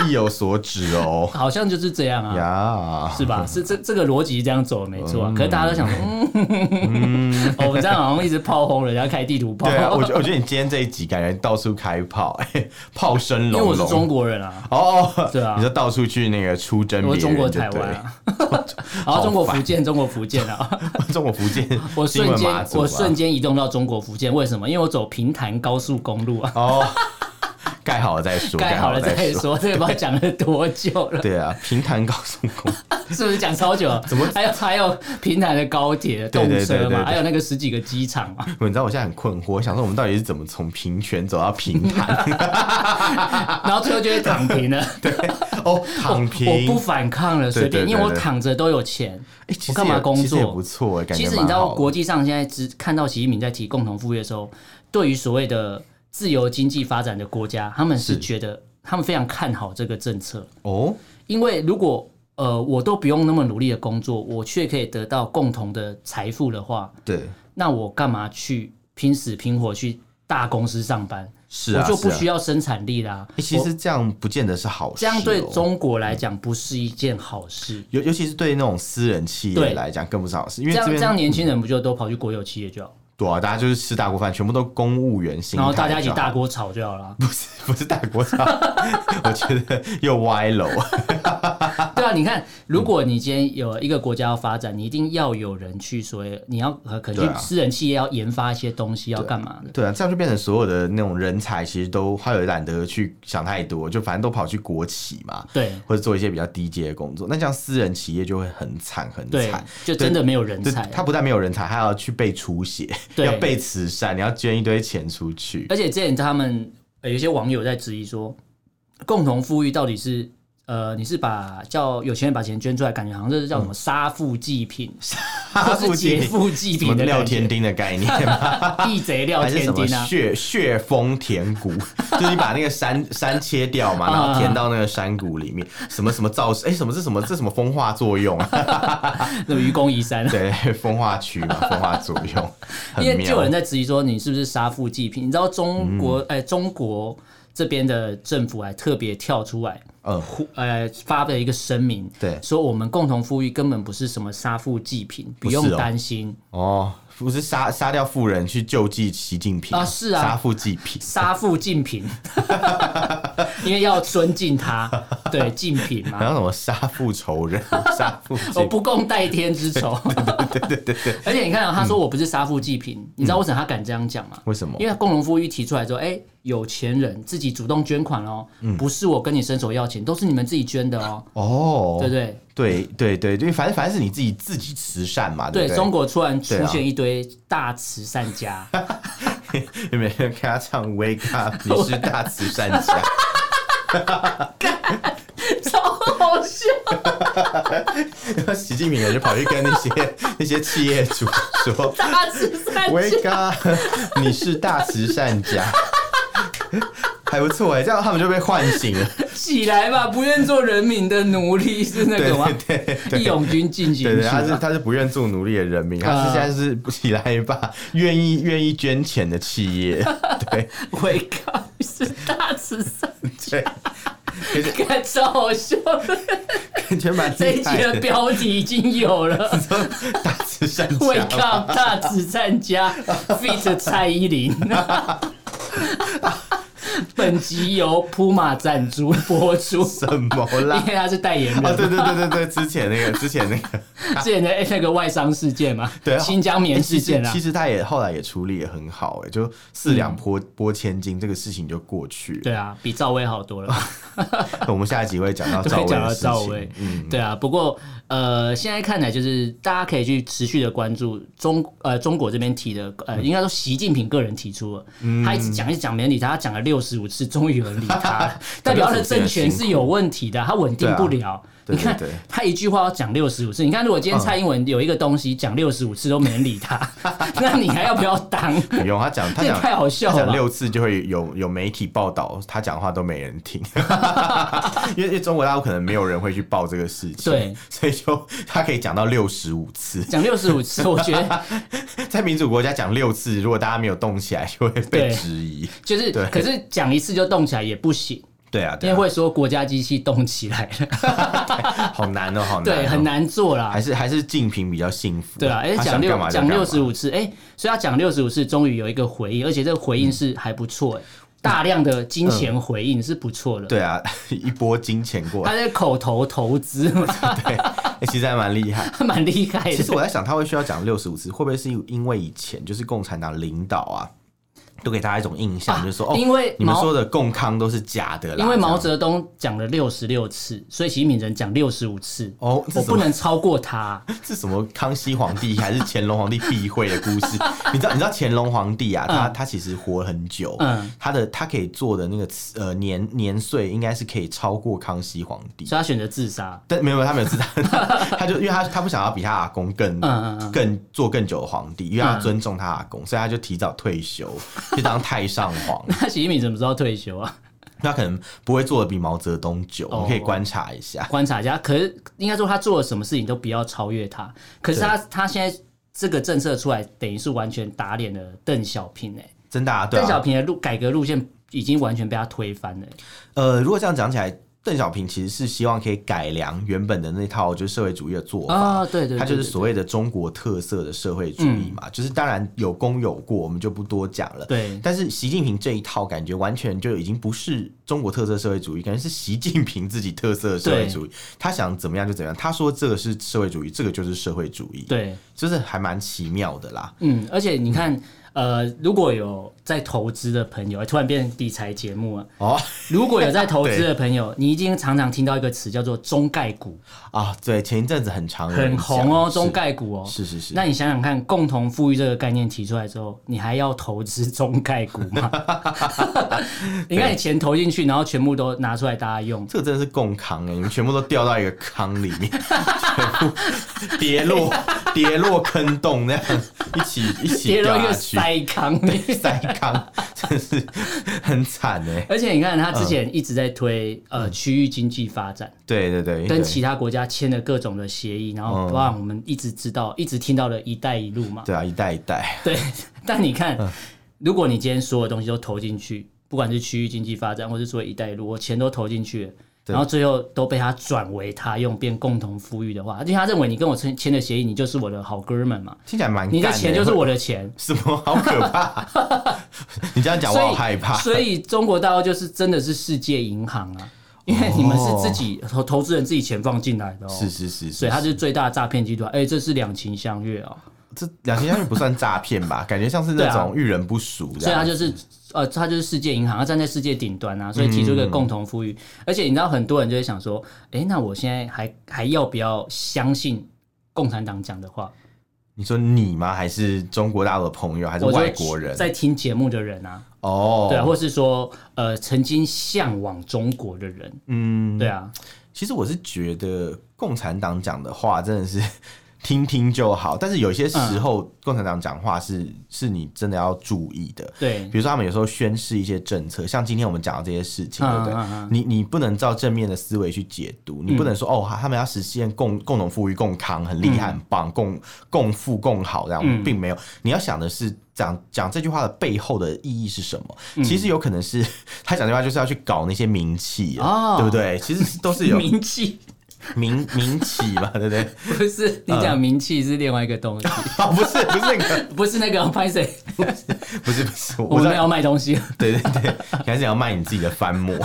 A: 意有所指哦
B: 好像就是这样啊。
A: 呀，
B: 是吧？是这这个逻辑是这样走的没错啊、可是大家都想说，嗯， 哦我们这样好像一直炮轰人家开地图炮，
A: 嗯对啊，我觉得我觉得你今天这一集感觉到处开炮，哎炮声
B: 因为
A: 隆
B: 我是中
A: 隆。
B: 国人啊，
A: 哦，哦
B: 对啊
A: 你说到处去那个出征
B: 我
A: 别
B: 是中国
A: 人就
B: 台
A: 对
B: 湾
A: 了，
B: 啊， 然后中国福建，中国福建啊，
A: 中国福建，
B: 我
A: 金
B: 瞬
A: 门
B: 间
A: 马祖
B: 我
A: 啊
B: 瞬间移动到中国福建，为什么？因为我走平潭高速公路 啊，
A: 哦，盖好了再说，
B: 盖好了再
A: 再。
B: 说，这个不知道讲了多久了，
A: 对啊，平潭高速公路，
B: 是不是讲超久了？怎么还有还有平潭的高铁动
A: 对对对
B: 车
A: 对
B: 嘛，
A: 对
B: 还有那个十几个机场嘛，
A: 你知道我现在很困惑，我想说我们到底是怎么从平泉走到平 潭？
B: 然后最后就会躺平 了。
A: 对，哦，躺平，
B: 我不反抗了，随
A: 对对
B: 便，
A: 对
B: 因为我
A: 对
B: 躺着都有钱。
A: 哎其实
B: 我干嘛
A: 也
B: 工
A: 其实也
B: 作
A: 不错哎，感觉
B: 其实你
A: 蛮
B: 知道，
A: 好的
B: 国际上现在只看到习近平在提共同富裕的时候，对于所谓的自由经济发展的国家，他们是
A: 是
B: 觉得他们非常看好这个政策，
A: 哦，
B: 因为如果呃我都不用那么努力的工作，我却可以得到共同的财富的话，
A: 对，
B: 那我干嘛去拼死拼活去大公司上班？
A: 是啊，
B: 我就不
A: 是啊
B: 需要生产力啦。
A: 哎其实这样不见得是好事哦，
B: 这样对中国来讲不是一件好事。
A: 尤尤其是对那种私人企业
B: 对
A: 来讲更不是好事，因为
B: 这样
A: 这
B: 这
A: 边
B: 样年轻人不就都跑去国有企业就好，
A: 对啊，大家就是吃大锅饭，全部都公务员心态就
B: 然
A: 好，
B: 后大家一起大锅炒就好了。
A: 不是不是大锅炒， 我觉得又歪楼。
B: 对啊，你看，如果你今天有一个国家要发展，你一定要有人去所谓你要呃可能
A: 对
B: 去
A: 啊
B: 私人企业要研发一些东西，要干嘛的？
A: 对啊，这样就变成所有的那种人才，其实都他也懒得去想太多，就反正都跑去国企嘛，
B: 对
A: 或者做一些比较低阶的工作。那这样私人企业就会很惨很
B: 对
A: 惨。，
B: 就真的没有人
A: 就
B: 才。啊
A: 他不但没有人才，还要去被出血，
B: 对呃
A: 要被慈善，你要捐一堆钱出去。
B: 而且之前他们呃有一些网友在质疑说，共同富裕到底是呃你是把叫有钱人把钱捐出来，感觉好像这是叫什么杀富济贫，或是劫富济
A: 什么
B: 贫的
A: 廖
B: 感 觉
A: 天丁的概念吗？
B: 义贼廖
A: 还是
B: 天
A: 什么
B: 丁啊，
A: 血血丰田谷？就是你把那个山山切掉
B: 啊
A: 嘛，然后填到那个山谷里面。什么什么造势？哎、什么这什么这什么风化作用啊？
B: 什么愚公移山啊。
A: 对，风化区嘛，风化作用，很
B: 因为就有
A: 妙
B: 人。在质疑说你是不是杀富济贫？你知道中国
A: 嗯
B: 哎、中国这边的政府还特别跳出来，
A: 嗯，
B: 呼呃发表一个声明，
A: 对
B: 说我们共同富裕根本不是什么杀富济贫，不
A: 是哦
B: 用担心。
A: 哦，不是杀杀掉富人去救济习近平
B: 啊是啊
A: 杀富济贫。
B: 杀富济贫， 因为要尊敬他，对济贫嘛
A: 然，后什么杀父仇人， 杀父济
B: 我
A: 贫，
B: 不共戴天 之仇。对对对对而且你看、啊，他说我不是杀富济贫，你知道为什么他敢这样讲吗？
A: 嗯为什么
B: 因为共同富裕提出来之后，哎、有钱人自己主动捐款哦，不是我跟你伸手要钱，都是你们自己捐的哦，
A: 嗯哦，
B: 对不对？
A: 对对对对，反正反正是你自己自己慈善嘛，
B: 对
A: 不
B: 中国突然出
A: 对啊
B: 现一堆大慈善 家，
A: 对？每天看他唱《Wake Up》，你是大慈善家，
B: 超好笑。
A: 习近平也就跑去跟那些那些企业主 说
B: 大慈善家，
A: ：“Wake Up，你是大慈善家。” 还不错哎，这样他们就被唤醒 了。
B: 起来吧，不愿做人民的奴隶是那个吗？
A: 对对对
B: 义勇军进行
A: 对
B: 曲
A: 对，他是
B: 嘛。
A: 他是不愿做奴隶的人民，他
B: 啊
A: 是现在是起来吧，愿意愿意捐钱的企业， 对
B: 伟哥是大慈善，
A: 对，感觉
B: 看超好笑的。
A: 感觉蛮
B: 这一
A: 厉
B: 集
A: 害
B: 的
A: 的，，
B: 标题已经有了
A: 大慈善
B: 伟哥
A: 家，
B: 大慈善家 feat 蔡依林。本集由铺马赞助播出，
A: 什么
B: 因
A: 啦？
B: 为他是代言人
A: 啊，
B: 嘛。
A: 对对对对对，之前那个之前那个
B: 之前的哎那个外商事件嘛，
A: 对啊
B: 新疆棉
A: 欸
B: 事
A: 其
B: 件
A: 实
B: 啊
A: 其，实他也后来也处理也很好、欸，哎，就四两拨拨千斤，这个事情就过去了。
B: 对啊，比赵薇好多了。
A: 我们下一集会讲到
B: 对
A: 赵薇
B: 讲
A: 的
B: 到
A: 事
B: 赵薇
A: 情。嗯，
B: 对啊，不过呃，现在看来就是大家可以去持续的关注中呃中国这边提的
A: 嗯
B: 呃，应该说习近平个人提出了，他一直讲一直讲没人理他，他讲了六十五次，终于有人理 他了，代表他的政权是有问题的，他稳定不了。
A: 啊对
B: 你
A: 啊
B: 看
A: 对对对
B: 他一句话要讲六十五次，你看如果今天蔡英文有一个东西讲六十五次都没人理他， 那你还要不要当？
A: 不嗯用他讲，嗯 他
B: 这也
A: 讲
B: 太好笑
A: 他
B: 了
A: 讲
B: 吧。
A: 六次就会有有媒体报道，他讲话都没人听， 因为因为中国大陆可能没有人会去报这个事情，
B: 对，
A: 所以就他可以讲到六十五次，
B: 讲六十五次，我觉得
A: 在民主国家讲六次，如果大家没有动起来，就会被
B: 对
A: 质疑。
B: 就 是
A: 对，
B: 可是讲一次就动起来也不行，
A: 对啊，
B: 因
A: 对
B: 为
A: 啊，
B: 会说国家机器动起来了。
A: 好难哦，好难，
B: 对，很。难做啦
A: 还。是还是近平比较幸福，
B: 对啊，哎，
A: 他想
B: 讲
A: 干
B: 六
A: 嘛就
B: 讲
A: 干
B: 六
A: 嘛
B: 十五次，哎、所以他讲六十五次，终于有一个回应，而且这个回
A: 嗯
B: 应是还不错、哎、大量的金钱回应是不错的。
A: 对啊， 一波金钱过
B: 他
A: 来，
B: 在口头投资，
A: 对，欸其实还蛮厉害。
B: 他蛮厉害
A: 其实
B: 的。
A: 我在想，他会需要讲六十五次，会不会是因为以前就是共产党领导啊，都给大家一种印象，
B: 啊
A: 就是说哦，
B: 因为
A: 你们
B: 毛
A: 说的共康都是假的啦，
B: 因为毛
A: 这样
B: 泽东讲了六十六次，所以习近平人讲六十五次，
A: 哦，这
B: 我
A: 是什
B: 不
A: 么
B: 能超过他。
A: 这是什么康熙皇帝还是乾隆皇帝避讳的故 事？你知道你知道乾隆皇帝啊，他他其实活很久，
B: 嗯
A: 他的他可以做的那个呃年年岁应该是可以超过康熙皇帝。
B: 所以他选择自杀。
A: 但没有没有，他没有自杀， 他就因为他他不想要比他阿公更、
B: 嗯嗯嗯
A: 更做更久的皇帝，因为他尊重他阿公，所以他就提早退休，就当太上皇。
B: 那习近平什么时候退休啊？
A: 他可能不会做的比毛泽东久，
B: 哦
A: 你可以观察一下。
B: 观察一下。可是应该说他做了什么事情都不要超越他。可是他他现在这个政策出来，等于是完全打脸了邓小平哎、
A: 真的啊，对
B: 邓小
A: 啊，
B: 平的路改革路线已经完全被他推翻了欸、
A: 呃，如果这样讲起来，邓小平其实是希望可以改良原本的那套就是社会主义的做法。
B: 啊！对对对，
A: 它就是
B: 对嗯
A: 所谓的中国特色的社会主义嘛，就是当然有功有过，我们就不多讲了。
B: 对
A: 但是习近平这一套感觉完全就已经不是中国特色社会主义，感觉是习近平自己特色的社会主义。他想怎么样就怎么样，他说这个是社会主义，这个就是社会主义，，
B: 对，
A: 就是还蛮奇妙的啦。
B: 嗯，而且你看。呃，如果有在投资的朋友，突然变成理财节目了。
A: 哦
B: 如果有在投 资的朋友，你已经常常听到一个词叫做“中概股
A: 啊，对，前一阵子很长”，
B: 很红哦，中
A: 概
B: 概股哦。
A: 是是是，
B: 那你想想看，共同富裕这个概念提出来之后，你还要投资中概股吗？ 你看你钱投进去，然后全部都拿出来大家用，
A: 这个真的是共康哎、你们全部都掉到一个坑里面， 全部跌 落跌落坑洞那样，一起一起
B: 跌入
A: 掉
B: 一个
A: 下去，
B: 塞欸坑里。
A: 塞坑， 真是很惨哎、
B: 而且你看，他之
A: 嗯
B: 前一直在推、呃区域经济发展，
A: 对对对，
B: 跟
A: 嗯对
B: 其他国家签了各种的协议，然后
A: 嗯
B: 包含我们一直知道、一直听到的一带一路嘛。
A: 对啊，一代一代，
B: 对，但你
A: 嗯
B: 看，如果你今天所有东西都投进去，不管是区域经济发展，或是说“一带一路”，我钱都投进去了，
A: 对
B: 然后最后都被他转为他用，变共同富裕的话，因为他认为你跟我签签的协议，你就是我的好哥们嘛，
A: 听起来蛮干
B: 你
A: 欸
B: 的钱就是我的 钱。
A: 什么好可怕？ 你这样讲我
B: 所
A: 好
B: 以，
A: 害怕。
B: 所以中国大陆就是真的是世界银行啊，因为你们是自己投投资人自己钱放进来的
A: 哦
B: 哦，
A: 是是是是，
B: 所以他是最大的诈骗集团。哎，这是两情相悦啊、
A: 这两情相悦不算诈骗 吧？感觉像是
B: 对
A: 那
B: 啊
A: 种遇人不淑这
B: 所以
A: 样
B: 它。就是呃，它就是世界银行，它站在世界顶端啊，所以提出一个
A: 嗯
B: 共同富裕。而且你知道，很多人就会想说，哎、那我现在还还要不要相信共产党讲的话？
A: 你说你吗？还是中国大陆的朋友，还是
B: 我就
A: 外国人？
B: 在听节目的人啊，
A: 哦，
B: 对啊，或是说呃，曾经向往中国的人，
A: 嗯，
B: 对啊，
A: 其实我是觉得共产党讲的话真的是 听听就好，但是有些时
B: 嗯
A: 候共产党讲话是、是你真的要注意的。
B: 对
A: 比，如说，他们有时候宣示一些政策，像今天我们讲的这些事情，对
B: 嗯
A: 不对？
B: 嗯嗯
A: 你你不能照正面的思维去解读，你不能说、哦，他们要实现共共同富裕、共康，很厉害、很棒，共共富共好这样，
B: 嗯
A: 并没有。你要想的是讲讲这句话的背后的意义是什么？
B: 嗯
A: 其实有可能是 他讲这句话就是要去搞那些名气
B: 哦
A: 啊，对不对？其实都是有
B: 名气
A: 民民企嘛，对不对？
B: 不是你
A: 嗯
B: 讲名气是另外一个东西，
A: 哦，不是，不是那个，
B: 不是那个 拍谁，
A: 不是，不是，
B: 我
A: 我知道，
B: 们要卖东西，
A: 对对对，还是你要卖你自己的翻模，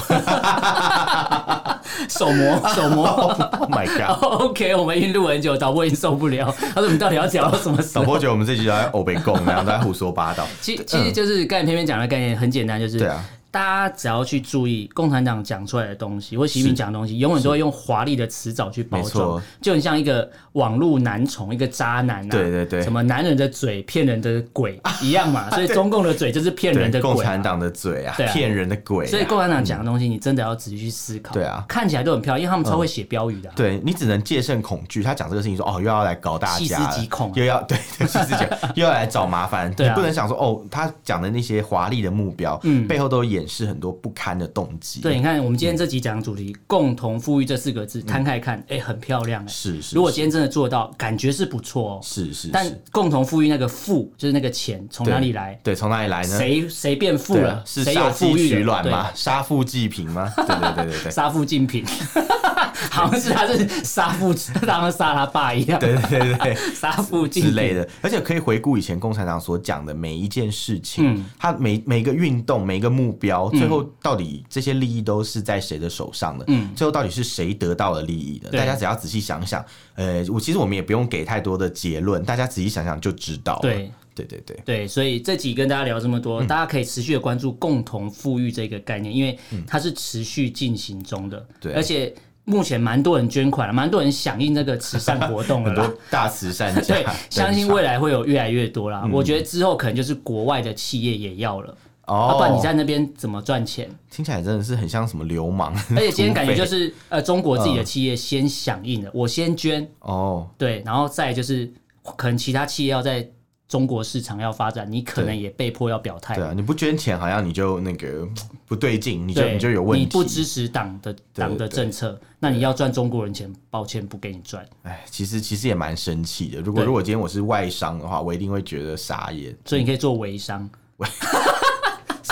B: 手模手 模。
A: Oh my god！
B: OK，我们已经录很久，导播已经受不了。他说：“我们到底要讲到什么时
A: 导
B: 候
A: 播觉得我们这集都在欧北共，然后都在胡说八道？”。
B: 其其实就是刚才偏偏讲的概念很简单，就是
A: 嗯对啊，
B: 大家只要去注意共产党讲出来的东西，或习近平讲的东西，永远都会用华丽的词藻去包
A: 没
B: 装
A: 错，
B: 就很像一个网络男宠，一个渣男啊，
A: 对对对
B: 什么男人的嘴骗人的鬼一 样嘛，所以中共的嘴就是骗人的
A: 对，
B: 鬼啊，
A: 共产党的嘴啊
B: 对，啊
A: 骗人的鬼啊。
B: 所以共产党讲的东西，你真的要仔细去思考。
A: 对啊
B: 看起来都很漂亮，因为他们超会写标语的啊、
A: 对你只能戒慎恐惧，他讲这个事情说哦，又要来搞大
B: 细思
A: 家了，
B: 极恐啊
A: 又要对对细思极恐，又要来找麻烦。
B: 对啊嗯
A: 你不能想说哦，他讲的那些华丽的目标，背后都掩饰很多不堪的动机。
B: 对，你看我们今天这集讲的主题“共同富裕”这四个字，摊开看，哎、很漂亮哎、
A: 是，是是。
B: 如果今天真的做到，感觉是不错哦。
A: 是是，
B: 但
A: 是
B: 共同富裕那个富，就是那个钱从哪里来？
A: 对，从哪里来呢？
B: 谁谁变富
A: 对啊
B: 了？
A: 是
B: 谁有
A: 杀
B: 富
A: 鸡
B: 裕
A: 取
B: 了
A: 卵
B: 对啊
A: 吗？杀富济贫吗？ 对对对对对。
B: 杀富济贫， 好像是他是杀富，当然杀他爸一样，
A: 对对对对，
B: 杀富济
A: 之
B: 贫
A: 类。的，而且可以回顾以前共产党所讲的每一件事情，
B: 嗯
A: 他每每个运动、每个目标，最后到底这些利益都是在谁的手上的？最后到底是谁得到了利益的？
B: 嗯对
A: 大家只要仔细想想，呃，我其实我们也不用给太多的结论，大家仔细想想就知道了。
B: 对
A: 对对对，
B: 对，所以这集跟大家聊这么
A: 嗯
B: 多，大家可以持续的关注共同富裕这个概念，因为它是持续进行中的，
A: 嗯对
B: 而且目前蛮多人捐款了，蛮多人响应这个慈善活动了
A: 很多
B: 啦。
A: 大慈善家，
B: 对，相信未来会有越来越多
A: 嗯
B: 啦。我觉得之后可能就是国外的企业也要了，要、啊不然你
A: 哦，
B: 在那边怎么赚钱？
A: 听起来真的是很像什么流氓，
B: 而且今天感觉就是呃，中国自己的企业先响应
A: 嗯
B: 了，我先捐，
A: 哦，
B: 对，然后再就是可能其他企业要在中国市场要发展，你可能
A: 对
B: 也被迫要表态
A: 对。啊，你不捐钱好像你就那个不对劲，你就
B: 对，
A: 你就有问题，
B: 你不支持党的党的政策，那你要赚中国人钱，抱歉不给你赚。
A: 哎，其实其实也蛮生气的。如果
B: 对
A: 如果今天我是外商的话，我一定会觉得傻眼，
B: 所以你可以做微商。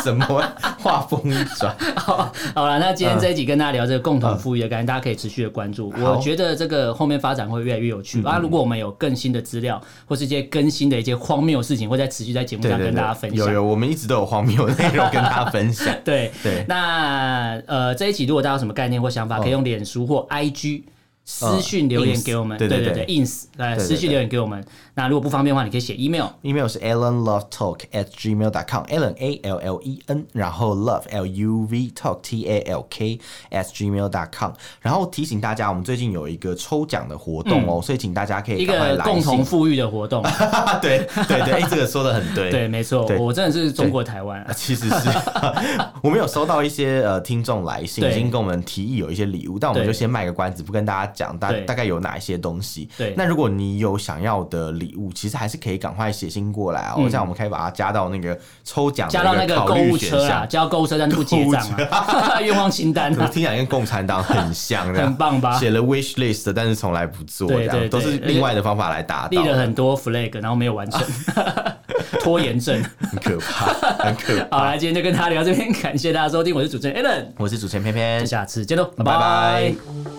A: 什么画风一 转，
B: 好了，那今天这一集跟大家聊这个共同富裕的概念，大家可以持续的关注。
A: 嗯好嗯
B: 我觉得这个后面发展会越来越有趣。啊，如果我们有更新的资料，或是一些更新的一些荒谬的事情，会再持续在节目
A: 对
B: 上
A: 对
B: 跟大家
A: 对，
B: 分
A: 有
B: 享。。
A: 有，我们一直都有荒谬的内容跟大家分享
B: 对
A: 对哦
B: 那呃，这一集如果大家有什么概念或想法，可以用脸书或 IG。私讯留言
A: ins，
B: 给我们，
A: 哦对
B: 对
A: 对
B: 对
A: 对
B: ，ins 来
A: 对对
B: 私
A: 对
B: 讯留言给我们。那如果不方便的话，你可以写 email，
A: email 是 alan love talk at gmail dot com alan a l l e n，然后 love l u v talk t a l k at gmail dot com。然后提醒大家，我们最近有一个抽奖的活动哦，所以请大家可
B: 嗯一
A: 以赶快
B: 个
A: 来
B: 共同
A: 信。
B: 富裕的活动。
A: 对对对，哎这个说的很 对。
B: 对，没错，
A: 对
B: 我真的是中国台湾、
A: 啊，
B: 啊。
A: 其实是 我们有收到一些呃听众来信，
B: 对
A: 已经跟我们提议有一些礼物，但我们
B: 对
A: 就先卖个关子，不跟大家讲大
B: 对
A: 大概有哪一些东西。
B: 对
A: 那如果你有想要的礼物，其实还是可以赶快写信过来啊，这样我们可以把它加到那个抽奖的
B: 嗯啊加到那
A: 一个
B: 个
A: 考
B: 购
A: 虑
B: 物
A: 选
B: 车啊，
A: 项。
B: 加到购物车，但是不结账 啊，愿望清单
A: 怎么
B: 啊，
A: 听起来跟共产党很像这样？
B: 很棒吧
A: 写了 wish list，但是从来不做，这
B: 对
A: 样
B: 对对
A: 都是另外的方法来达
B: 立
A: 到，
B: 了很多 flag，然后没有完成， 拖延症。
A: 很可怕，很可 怕。
B: 好啦，今天就跟大家聊这边，感谢大家收听，我是主持人 Alan，
A: 我是主持人偏偏，
B: 下次见喽，
A: 拜拜
B: 拜